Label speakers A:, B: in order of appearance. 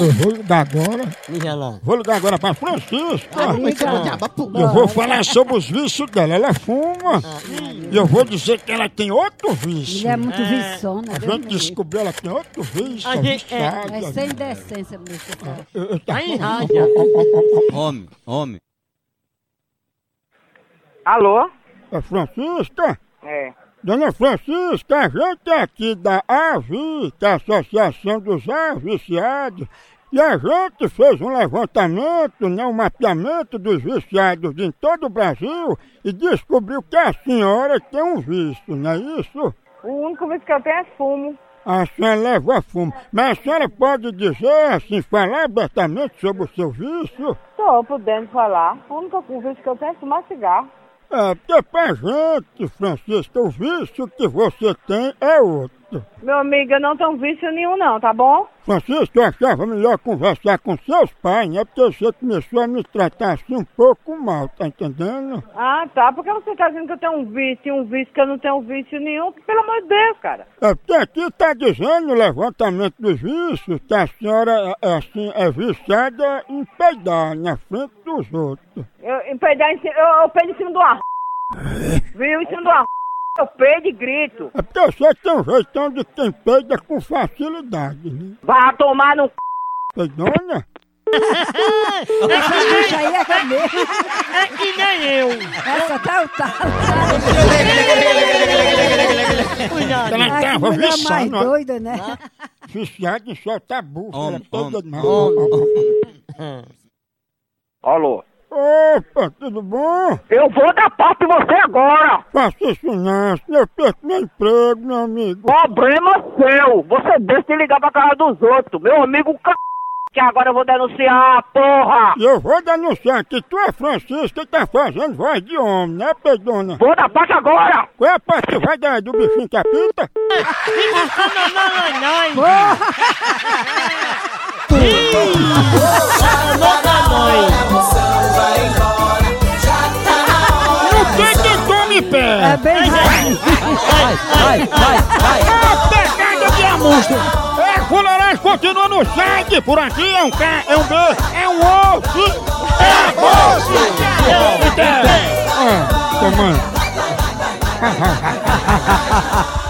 A: Eu vou ligar agora.
B: Liga lá.
A: Vou ligar agora é pra
B: Tá
A: Francisca.
C: Como é que ela diaba pula?
A: Eu vou falar sobre os vícios dela. Ela é fuma. E eu vou dizer que ela tem outro vício.
D: Ele é muito viçona.
A: A
D: Deus
A: gente
D: me livre.
A: descobriu ela tem outro vício.
B: A gente- é,
A: viciada.
D: É sem decência, bicho. cara.
A: Eu- eu- tá-
B: Aí raja.
E: Homem, homem.
F: Alô?
A: É Francisca?
F: É.
A: Dona Francisca, a gente é aqui da AVI, que é a Associação dos Aviciados, e a gente fez um levantamento, né, um mapeamento dos viciados em todo o Brasil e descobriu que a senhora tem um vício, não é isso?
F: O único vício que eu tenho é fumo.
A: A senhora leva fumo, mas a senhora pode dizer, assim, falar abertamente sobre o seu vício?
F: Tô podendo falar. O único vício que eu tenho é fumar cigarro.
A: É, porque pra gente, Francisca, o vício que você tem é outro.
F: Meu amigo, eu não tenho vício nenhum não, tá bom?
A: Francisco, eu achava melhor conversar com seus pais, né? Porque você começou a me tratar assim um pouco mal, tá entendendo?
F: Ah, tá. Por que você tá dizendo que eu tenho um vício e um vício que eu não tenho vício nenhum? Pelo amor de Deus, cara.
A: É porque aqui tá dizendo o levantamento dos vícios que a senhora é, é assim, é viciada em peidar na frente dos outros.
F: Eu, eu, peidar em cima, eu, eu peido em cima do ar. Viu? Em cima do ar. Eu peido e grito.
A: É porque você tem um jeitão de quem peida com facilidade, né?
F: Vá tomar no c...
A: Peidona?
D: Essa bicha aí é cabeça.
B: É que nem eu.
A: É.
D: Essa tá o talo.
B: Cuidado.
A: Ela
D: Ai, que
A: tava
D: mulher é mais
A: viciando, ó,
D: doida, né?
A: viciada em soltar bucha.
E: Homem,
A: Ela peida
E: homem, Hum.
A: demais.
G: Alô?
A: Opa, tudo bom?
F: Eu vou dar papo em você agora.
A: Faça isso não, senão eu perco meu emprego, meu amigo.
F: Problema seu. Você deixa de ligar pra casa dos outros. Meu amigo c... Que agora eu vou denunciar, porra.
A: E eu vou denunciar que tu é Francisca e tá fazendo voz de homem, né, pedona?
F: Vou dar papo agora.
A: Qual é a parte que vai dar do bichinho que apita?
B: Não, não, não, não.
A: Não tem que tome
D: É
A: pé!
D: bem rápido.
A: É, fularás continua no sangue! Por aqui é um K, é um B, é um osso! É
D: é,
A: osso! É osso! Ah, tamanho!